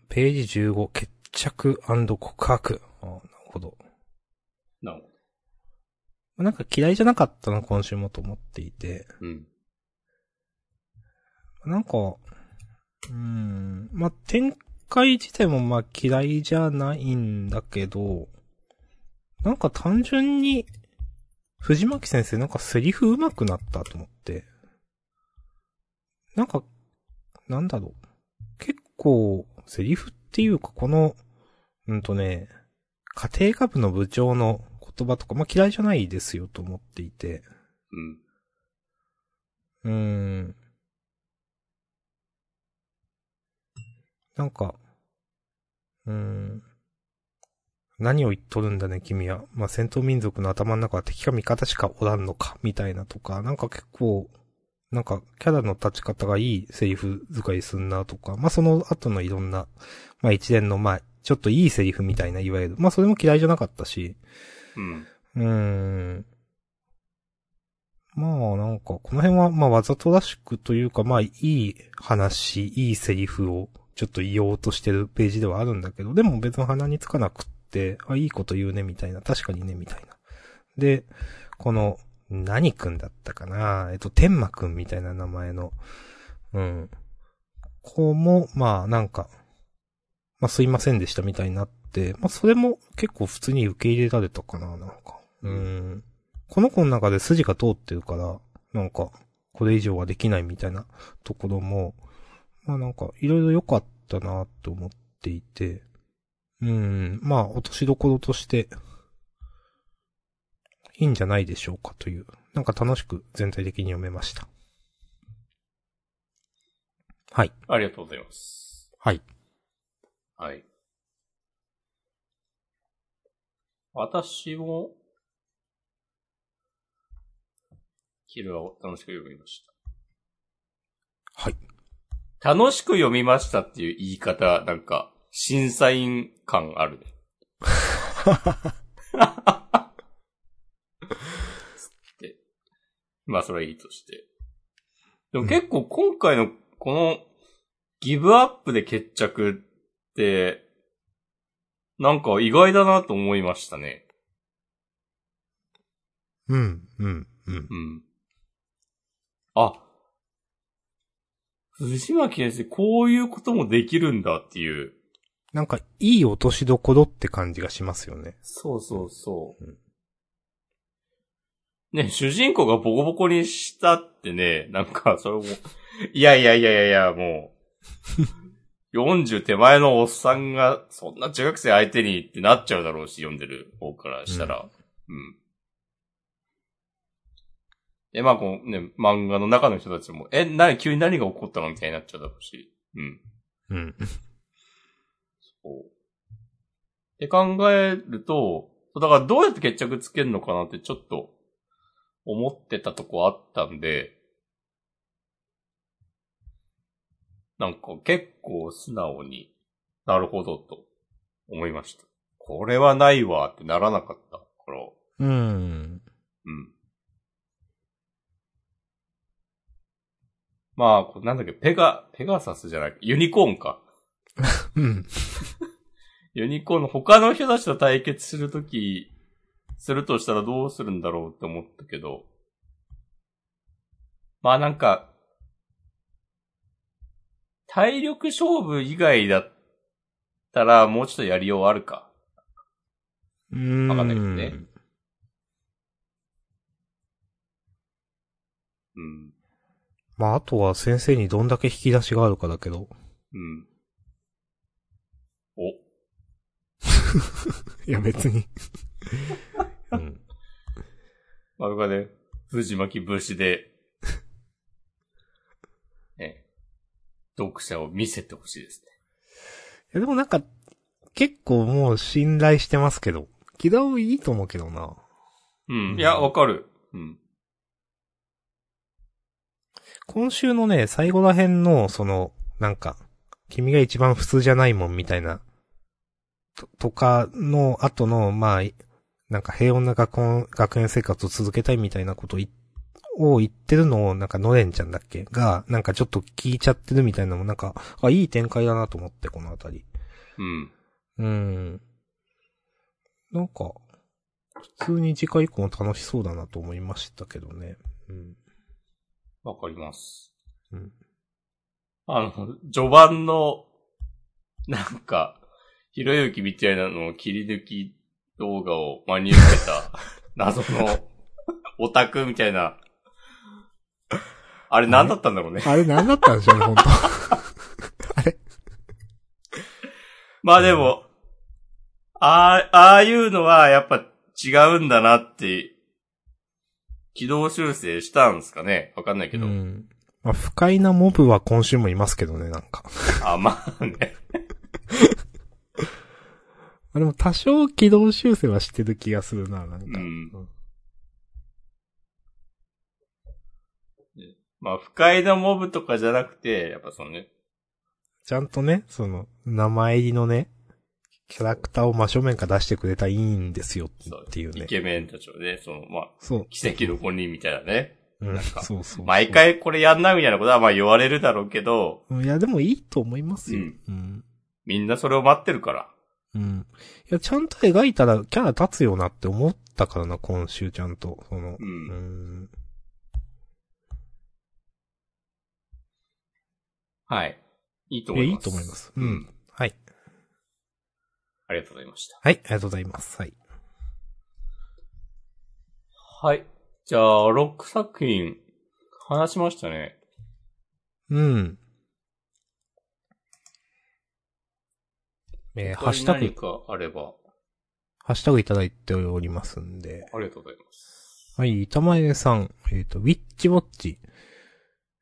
Speaker 2: ページ15、決着告白。あーなるほど。
Speaker 1: なるほ
Speaker 2: なんか嫌いじゃなかったな、今週もと思っていて。
Speaker 1: どうん。
Speaker 2: なんか、うーん、まあ、展開自体もまあ嫌いじゃないんだけど、なんか単純に、藤巻先生なんかセリフ上手くなったと思って。なんか、なんだろう。結構、セリフっていうかこの、うんとね、家庭科部の部長の言葉とか、まあ嫌いじゃないですよと思っていて。
Speaker 1: うん。
Speaker 2: うーん。なんか、うーん。何を言っとるんだね、君は。まあ、戦闘民族の頭の中は敵か味方しかおらんのか、みたいなとか、なんか結構、なんか、キャラの立ち方がいいセリフ使いすんなとか、まあ、その後のいろんな、まあ、一連の、まあ、ちょっといいセリフみたいな、いわゆる。まあ、それも嫌いじゃなかったし、
Speaker 1: うん。
Speaker 2: うーん。まあ、なんか、この辺は、まあ、わざとらしくというか、まあ、いい話、いいセリフを、ちょっと言おうとしてるページではあるんだけど、でも別に鼻につかなくって、あ、いいこと言うね、みたいな、確かにね、みたいな。で、この、何くんだったかなえっと、天馬くんみたいな名前の、うん。子も、まあ、なんか、まあ、すいませんでしたみたいになって、まあ、それも結構普通に受け入れられたかな、なんか。うん。この子の中で筋が通ってるから、なんか、これ以上はできないみたいなところも、まあなんか、いろいろ良かったなって思っていて、うん、まあ、落としどころとして、いいんじゃないでしょうかという、なんか楽しく全体的に読めました。はい。
Speaker 1: ありがとうございます。
Speaker 2: はい。
Speaker 1: はい。私も、キルアを楽しく読みました。
Speaker 2: はい。
Speaker 1: 楽しく読みましたっていう言い方、なんか、審査員感あるね。つって。まあ、それはいいとして。でも結構今回の、この、ギブアップで決着って、なんか意外だなと思いましたね。
Speaker 2: うん、うん、うん
Speaker 1: う。ん。あ、藤巻先生、こういうこともできるんだっていう。
Speaker 2: なんか、いい落としどころって感じがしますよね。
Speaker 1: そうそうそう
Speaker 2: うん。
Speaker 1: ね、主人公がボコボコにしたってね、なんか、それも、いやいやいやいやいや、もう、40手前のおっさんが、そんな中学生相手にってなっちゃうだろうし、読んでる方からしたら。うん。で、まあ、こうね、漫画の中の人たちも、え、な、急に何が起こったのみたいになっちゃうだろうし。うん。
Speaker 2: うん。
Speaker 1: こう。って考えると、そうだからどうやって決着つけるのかなってちょっと思ってたとこあったんで、なんか結構素直になるほどと思いました。これはないわってならなかったから、
Speaker 2: うん。
Speaker 1: うん。まあこう、なんだっけ、ペガ、ペガサスじゃない、ユニコーンか。
Speaker 2: うん。
Speaker 1: ユニコーンの他の人たちと対決するとき、するとしたらどうするんだろうって思ったけど。まあなんか、体力勝負以外だったらもうちょっとやりようあるか。
Speaker 2: うん。
Speaker 1: わかんないですねうん。
Speaker 2: まあ、あとは先生にどんだけ引き出しがあるかだけど。
Speaker 1: うん。お。
Speaker 2: いや、別に。 うん。
Speaker 1: まあ、僕はね、藤巻武士で、 ね、読者を見せてほしいですね。
Speaker 2: いや、でもなんか、結構もう信頼してますけど。キダオいいと思うけどな。
Speaker 1: うん。いや、わかる。うん。
Speaker 2: 今週のね、最後ら辺の、その、なんか、君が一番普通じゃないもんみたいな、と、とかの後の、まあ、いなんか平穏な学校、学園生活を続けたいみたいなことをいを言ってるのを、なんかのれんちゃんだっけが、なんかちょっと聞いちゃってるみたいなのも、なんか、あ、いい展開だなと思って、このあたり。
Speaker 1: うん。
Speaker 2: うん。なんか、普通に次回以降も楽しそうだなと思いましたけどね。うん。
Speaker 1: わかります。
Speaker 2: うん。
Speaker 1: あの、序盤の、なんか、ひろゆきみたいなのを切り抜き動画を真に受け た、謎の、オタクみたいな。あれ何だったんだろうね。
Speaker 2: あれ何だったんでしょうね、本当あれ
Speaker 1: まあでも、ああ、ああいうのはやっぱ違うんだなって、軌道修正したんですかねわかんないけど。
Speaker 2: うん。まあ、不快なモブは今週もいますけどね、なんか。
Speaker 1: あ、まあね。
Speaker 2: あでも多少軌道修正はしてる気がするな、なんか。
Speaker 1: うんまあ、不快なモブとかじゃなくて、やっぱそのね、
Speaker 2: ちゃんとね、その、名前入りのね、キャラクターを真正面から出してくれたらいいんですよ
Speaker 1: そう
Speaker 2: っていうね
Speaker 1: イ。ケメンたちをね、その、まあ、
Speaker 2: そう。
Speaker 1: 奇跡の5人みたいなね。
Speaker 2: うん、
Speaker 1: なんか
Speaker 2: そうそうそう。
Speaker 1: 毎回これやんなみたいなことはまあ言われるだろうけど、
Speaker 2: うん。いや、でもいいと思いますよ。
Speaker 1: うん
Speaker 2: うん。
Speaker 1: みんなそれを待ってるから。
Speaker 2: うん。いや、ちゃんと描いたらキャラ立つよなって思ったからな、今週ちゃんと。その
Speaker 1: う、。
Speaker 2: うんん。
Speaker 1: はい。いいと
Speaker 2: いや、
Speaker 1: 思い
Speaker 2: い
Speaker 1: ま
Speaker 2: い
Speaker 1: す。
Speaker 2: と思います。うん。。はい。
Speaker 1: ありがとうございました。
Speaker 2: はい、ありがとうございます。はい。
Speaker 1: はい。じゃあ、6作品、話しましたね。
Speaker 2: うん。えーハッシュタ
Speaker 1: 他に
Speaker 2: グ
Speaker 1: 何、かあれば、
Speaker 2: ハッシュタグいただいておりますんで。
Speaker 1: ありがとうございます。
Speaker 2: はい、板前さん、えっ、と、ウィッチウォッチ。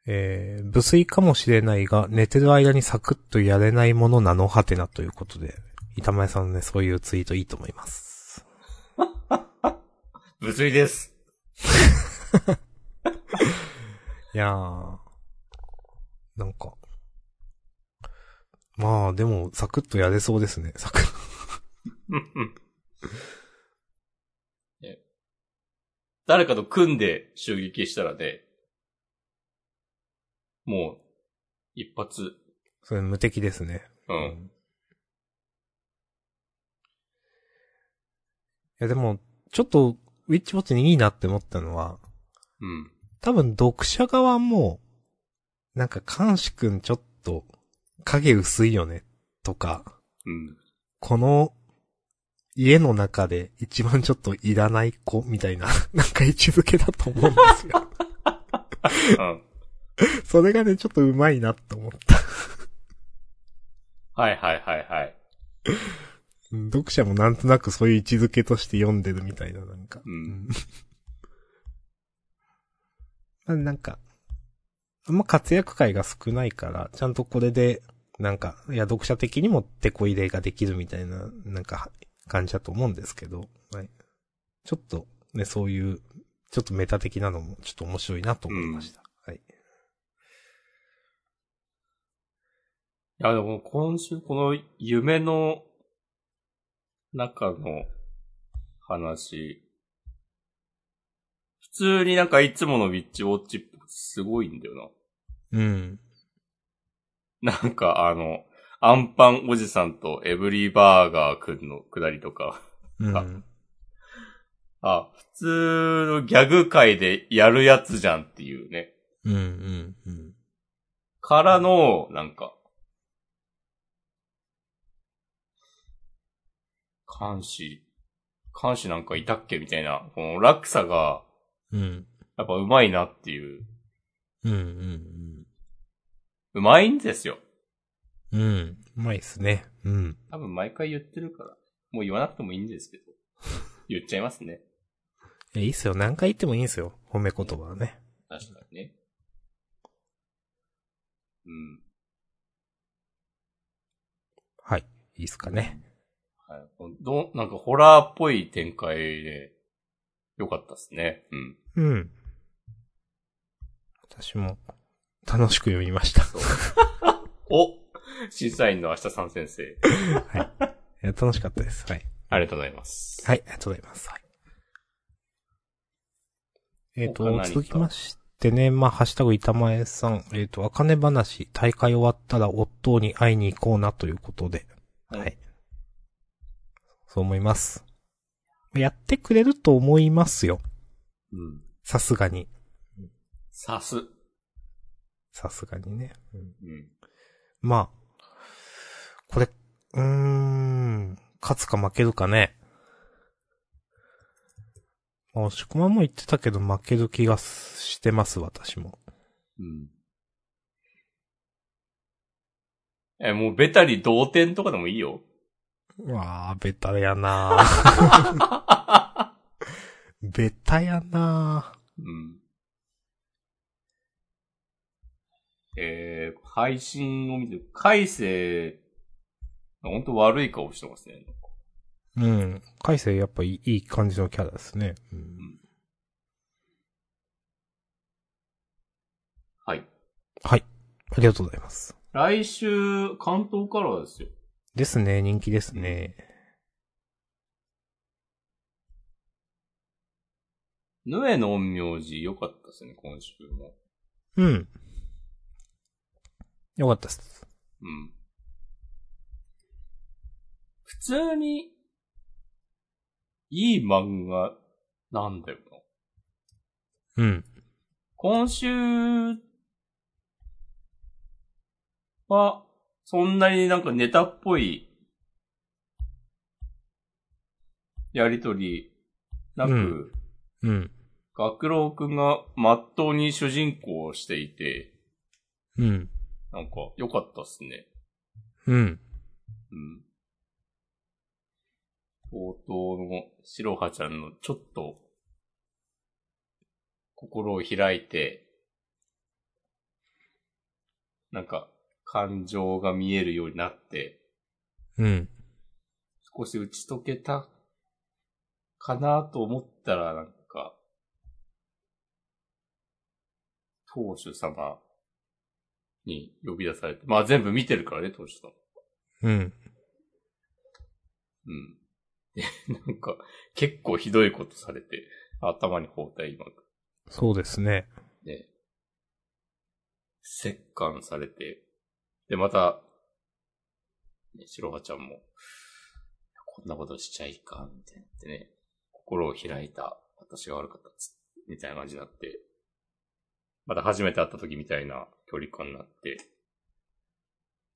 Speaker 2: えー、無粋かもしれないが、寝てる間にサクッとやれないものなのはてなということで、板前さんのね、そういうツイートいいと思います。
Speaker 1: 物理です。
Speaker 2: いやー。なんか。まあ、でも、サクッとやれそうですね、サクッ。
Speaker 1: うんうん ね誰かと組んで襲撃したらね、もう、一発、
Speaker 2: それ無敵ですね。
Speaker 1: うん。
Speaker 2: いや、でも、ちょっと、ウィッチウォッチにいいなって思ったのは、
Speaker 1: うん。
Speaker 2: 多分読者側も、なんか、監視くんちょっと、影薄いよね、とか、
Speaker 1: うん。
Speaker 2: この、家の中で一番ちょっといらない子みたいな、 なんか位置づけだと思うんですよ。
Speaker 1: うん。
Speaker 2: それがね、ちょっと上手いなと思った。
Speaker 1: はいはいはいはい。
Speaker 2: うん読者もなんとなくそういう位置づけとして読んでるみたいな、なんか。
Speaker 1: うん
Speaker 2: うんなんか、あんま活躍会が少ないから、ちゃんとこれで、なんか、いや、読者的にも手こ入れができるみたいな、なんか、感じだと思うんですけど、はい。ちょっと、ね、そういう、ちょっとメタ的なのも、ちょっと面白いなと思いました。はい。
Speaker 1: いや、でも今週この夢の中の話、普通になんかいつものウィッチウォッチっぽくてすごいんだよ
Speaker 2: うん。
Speaker 1: な。なんかあの、アンパンおじさんとエブリバーガーくんのくだりとか、
Speaker 2: うん。
Speaker 1: あ、普通のギャグ界でやるやつじゃんっていうね。
Speaker 2: うん、うん、うん。
Speaker 1: からの、なんか、監視、監視なんかいたっけみたいな、この落差が、
Speaker 2: うん。
Speaker 1: やっぱ上手いなっていう、
Speaker 2: うん、うん、
Speaker 1: 上手いんですよ。
Speaker 2: うん。うん。うまいっすね。うん。
Speaker 1: 多分毎回言ってるから、もう言わなくてもいいんですけど、言っちゃいますね。
Speaker 2: いやいいっすよ。何回言ってもいいんすよ。褒め言葉はね。
Speaker 1: 確かにね。うん。
Speaker 2: はい。いいっすかね。
Speaker 1: はい。どう、なんかホラーっぽい展開で、よかったですね。うん。
Speaker 2: うん。私も、楽しく読みました。
Speaker 1: お審査員の明日さん先生。
Speaker 2: はい。いや楽しかったです。はい。
Speaker 1: ありがとうございます。
Speaker 2: はい、ありがとうございます。はい。えっ、
Speaker 1: 他何
Speaker 2: と、
Speaker 1: か
Speaker 2: 続きましてね、まあ、ハッシュタグ板前さん、えっ、と、あかね話、大会終わったら夫に会いに行こうなということで、
Speaker 1: はい
Speaker 2: はい。そう思います。やってくれると思いますよ。
Speaker 1: うん。
Speaker 2: さすがに。
Speaker 1: さす。う
Speaker 2: さすがにね。
Speaker 1: ん。
Speaker 2: まあ、これ、うーん、勝つか負けるかね。まあ、押し込まんも言ってたけど負ける気がしてます、私も。
Speaker 1: うん。え、もうベタに同点とかでもいいよ。
Speaker 2: うわあ、ベタやなー ベタやな
Speaker 1: うん。えー、配信を見て、海星、ほんと悪い顔してますね。
Speaker 2: うん。海星やっぱいいいい感じのキャラですね。うん
Speaker 1: はい。
Speaker 2: はい。ありがとうございます。
Speaker 1: 来週、関東からですよ。
Speaker 2: ですね、人気ですね。
Speaker 1: ヌエの陰陽師良かったですね、今週も。
Speaker 2: うん。よかったです。
Speaker 1: うん。普通に、いい漫画なんだよな。
Speaker 2: うん。
Speaker 1: 今週は、そんなになんかネタっぽいやりとりなく、
Speaker 2: うんうん。
Speaker 1: 学郎くんがまっとうに主人公をしていて、
Speaker 2: うん。
Speaker 1: なんか良かったっすね。
Speaker 2: うん。
Speaker 1: うん。冒頭の白羽ちゃんのちょっと、心を開いて、なんか、感情が見えるようになって、
Speaker 2: うん。
Speaker 1: 少し打ち解けた、かなと思ったら、なんか、当主様に呼び出されて、まあ全部見てるからね、当主様。
Speaker 2: うん。
Speaker 1: うん。で、なんか、結構ひどいことされて、頭に包帯巻く。
Speaker 2: そうですね。
Speaker 1: で、折檻されて、で、また、ね、白羽ちゃんも、こんなことしちゃいかん、みたいになってね、心を開いた、私が悪かったっつ、みたいな感じになって、また初めて会った時みたいな距離感になって、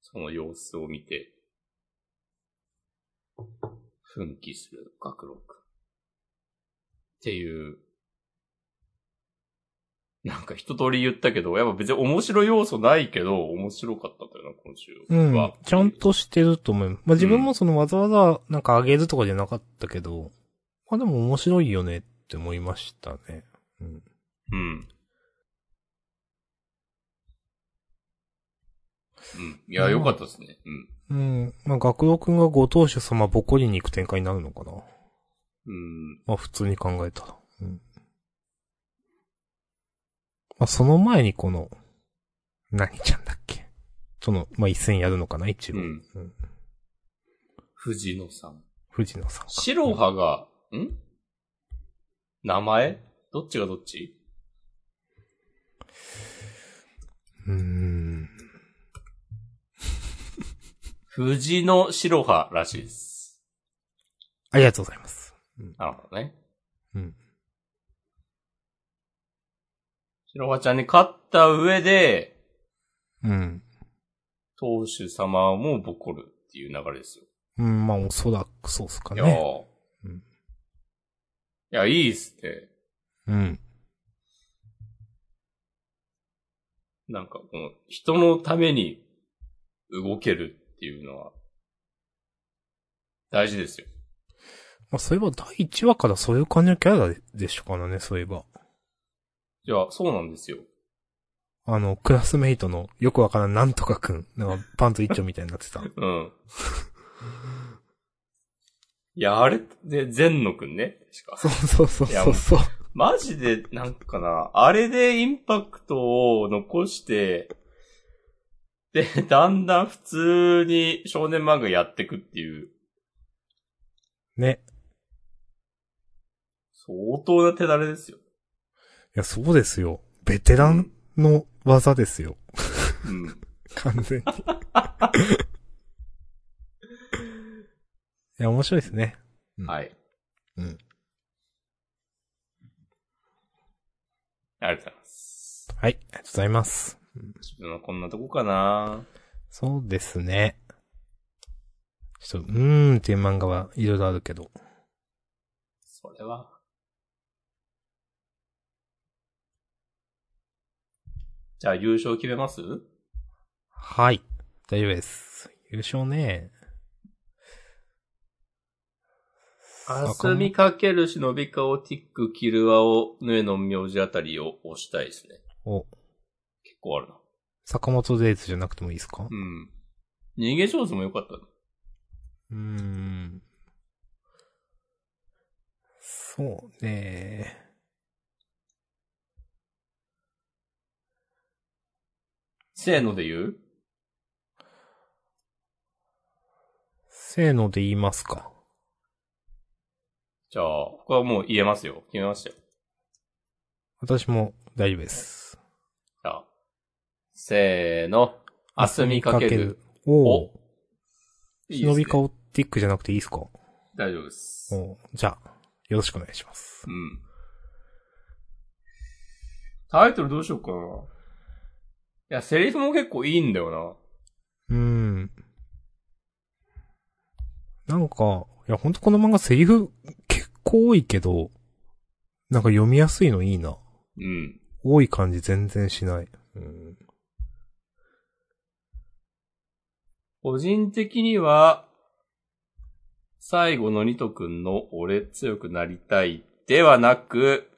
Speaker 1: その様子を見て、奮起する学郎くん。っていう、なんか一通り言ったけど、やっぱ別に面白い要素ないけど、面白かったんだよな、今週
Speaker 2: うん
Speaker 1: は。。
Speaker 2: ちゃんとしてると思います。まあ、自分もそのわざわざなんかあげるとかじゃなかったけど、まあでも面白いよねって思いましたね。うん。
Speaker 1: うん。うん。いや、よかったですね。うん。
Speaker 2: うん。まあ、学童くんがご当主様ぼっこりに行く展開になるのかな。
Speaker 1: うん。
Speaker 2: まあ、普通に考えたら。うん。まあ、その前にこの、何ちゃんだっけ。その、まあ、一戦やるのかな、一応。
Speaker 1: うん
Speaker 2: うん。
Speaker 1: 藤野さん。
Speaker 2: 藤野さんか。
Speaker 1: 白羽が、ん名前どっちがどっち
Speaker 2: うーん。
Speaker 1: 藤野白羽らしいです。
Speaker 2: ありがとうございます。
Speaker 1: なるほどね。
Speaker 2: うん。
Speaker 1: 白羽ちゃんに勝った上で、
Speaker 2: うん。
Speaker 1: 当主様もボコるっていう流れですよ。
Speaker 2: うん、まあ、おそらくそうっすか
Speaker 1: いや
Speaker 2: ね。
Speaker 1: ー、
Speaker 2: うん
Speaker 1: いや、いいっすね。
Speaker 2: うん。
Speaker 1: なんかこの人のために動けるっていうのは大事ですよ。
Speaker 2: まあ、そういえば第1話からそういう感じのキャラでしたからね、そういえば。
Speaker 1: いや、そうなんですよ。
Speaker 2: あの、クラスメイトのよくわからんなんとかくん。なんか、パンツ一丁みたいになってた。
Speaker 1: うん。 いや、あれで、善野くんね。確
Speaker 2: そ
Speaker 1: か。
Speaker 2: うそうそうそうそう。
Speaker 1: マジで、なんかな、あれでインパクトを残して、で、だんだん普通に少年漫画やってくっていう、
Speaker 2: ね。
Speaker 1: 相当な手だれですよ。
Speaker 2: いや、そうですよ。ベテランの技ですよ。
Speaker 1: うん。
Speaker 2: 完全に。いや、面白いですね。
Speaker 1: はい。
Speaker 2: うん。
Speaker 1: ありがとうございます。
Speaker 2: はい、ありがとうございます。
Speaker 1: 自分はこんなとこかな
Speaker 2: そうですね。ちょっと、うーんっていう漫画はいろいろあるけど。
Speaker 1: それは。じゃあ優勝決めます
Speaker 2: はい。大丈夫です。優勝ね。
Speaker 1: あすみかける忍びかをティックキルアをぬえの名字あたりを押したいですね。
Speaker 2: お、
Speaker 1: 結構あるな。
Speaker 2: 坂本デーツじゃなくてもいいですか
Speaker 1: うん。逃げ上手も良かったね。
Speaker 2: うーん。そうね。
Speaker 1: せーので言う
Speaker 2: せーので言いますか。
Speaker 1: じゃあ、ここはもう言えますよ。決めましたよ。
Speaker 2: 私も大丈夫です。
Speaker 1: じゃあ、せーの。明日見かける。。
Speaker 2: おお。
Speaker 1: いいです
Speaker 2: 忍
Speaker 1: ね
Speaker 2: び顔ティックじゃなくていいですか
Speaker 1: 大丈夫です。
Speaker 2: おうじゃあ、よろしくお願いします。
Speaker 1: うん。タイトルどうしようかな。いや、セリフも結構いいんだよ
Speaker 2: うーん。なんか、いや、ほんとこの漫画セリフ結構多いけど、なんか読みやすいのいいな。
Speaker 1: な。うん。
Speaker 2: 多い感じ全然しない。うん。
Speaker 1: 個人的には、最後のニト君の俺強くなりたいではなく、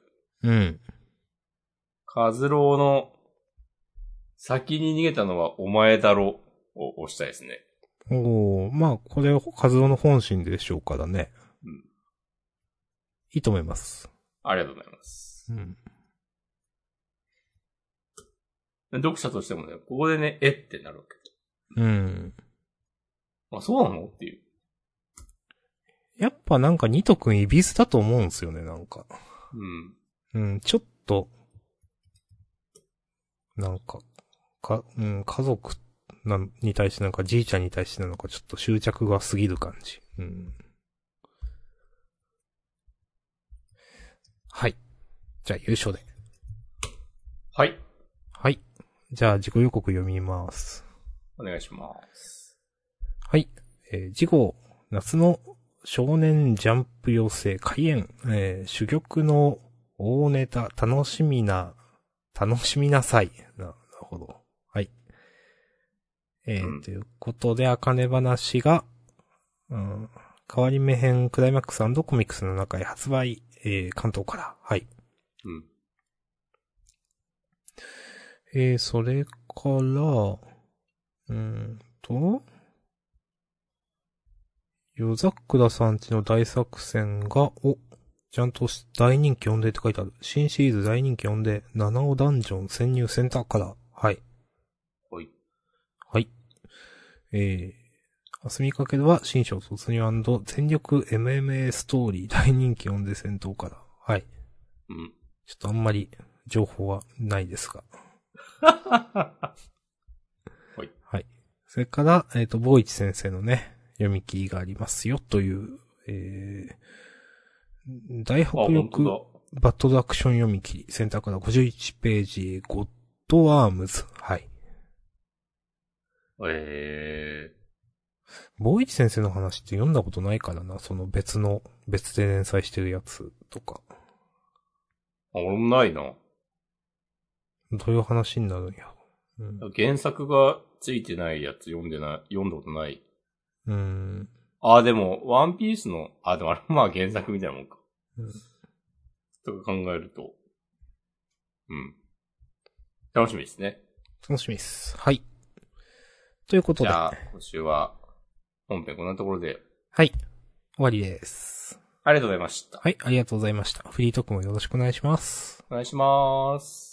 Speaker 2: うん。
Speaker 1: カズローの先に逃げたのはお前だろを押したいですね。
Speaker 2: おーまあ、これ、カズオの本心でしょうからね。
Speaker 1: うん
Speaker 2: いいと思います。
Speaker 1: ありがとうございます
Speaker 2: う。ん。
Speaker 1: 読者としてもね、ここでね、えってなるわけ。
Speaker 2: うん。
Speaker 1: あ、そうなのっていう。
Speaker 2: やっぱなんかニト君イビスだと思うんですよね、なんか。
Speaker 1: うん。
Speaker 2: うん、ちょっと、なんか、か、うん、家族なんに対してなんか、じいちゃんに対してなのか、ちょっと執着が過ぎる感じ。うん。はい。じゃあ、優勝で。
Speaker 1: はい。
Speaker 2: はい。じゃあ、自己予告読みます。
Speaker 1: お願いします。
Speaker 2: はい。えー、次号、夏の少年ジャンプ要請開演、えー、珠玉の大ネタ、楽しみな、楽しみなさい。な、なるほど。はい。えー
Speaker 1: うん
Speaker 2: ということで、あかね話が、うん、変わり目編クライマックスコミックスの中へ発売、えー、関東から。はい。
Speaker 1: うん。
Speaker 2: えー、それから、うーんと、夜桜さんちの大作戦が、お、ちゃんとし大人気4でって書いてある。新シリーズ大人気4で、七尾ダンジョン潜入センターから。はい。
Speaker 1: はい。
Speaker 2: はい。えー、明日見かけるは新章突入全力 MMA ストーリー大人気4で戦闘から。はい。
Speaker 1: うん。
Speaker 2: ちょっとあんまり情報はないですが。はい。それから、えっ、と、坊一先生のね、読み切りがありますよという、えー、大
Speaker 1: あ、
Speaker 2: 迫
Speaker 1: 本
Speaker 2: 力
Speaker 1: 当
Speaker 2: バトルアクション読み切り、センターから51ページ、ゴッドアームズ。はい。
Speaker 1: だ。え
Speaker 2: 坊一先生の話って読んだことないからな、その別の、別で連載してるやつとか。
Speaker 1: ー。あ、俺もないな。
Speaker 2: どういう話になるんや。うん。
Speaker 1: 原作がついてないやつ読んでない、読んだことない。
Speaker 2: うん。
Speaker 1: あ、でも、ワンピースの、あ、でもあれも まあ原作みたいなもんか。
Speaker 2: うん
Speaker 1: とか考えると。うん。楽しみですね。
Speaker 2: 楽しみです。はい。ということ
Speaker 1: じ
Speaker 2: で、
Speaker 1: ゃ
Speaker 2: は
Speaker 1: あ、今週は、本編こんなところで、
Speaker 2: い。終わりです。
Speaker 1: ありがとうございました。
Speaker 2: はい、ありがとうございました。フリートークもよろしくお願いします。
Speaker 1: お願いします。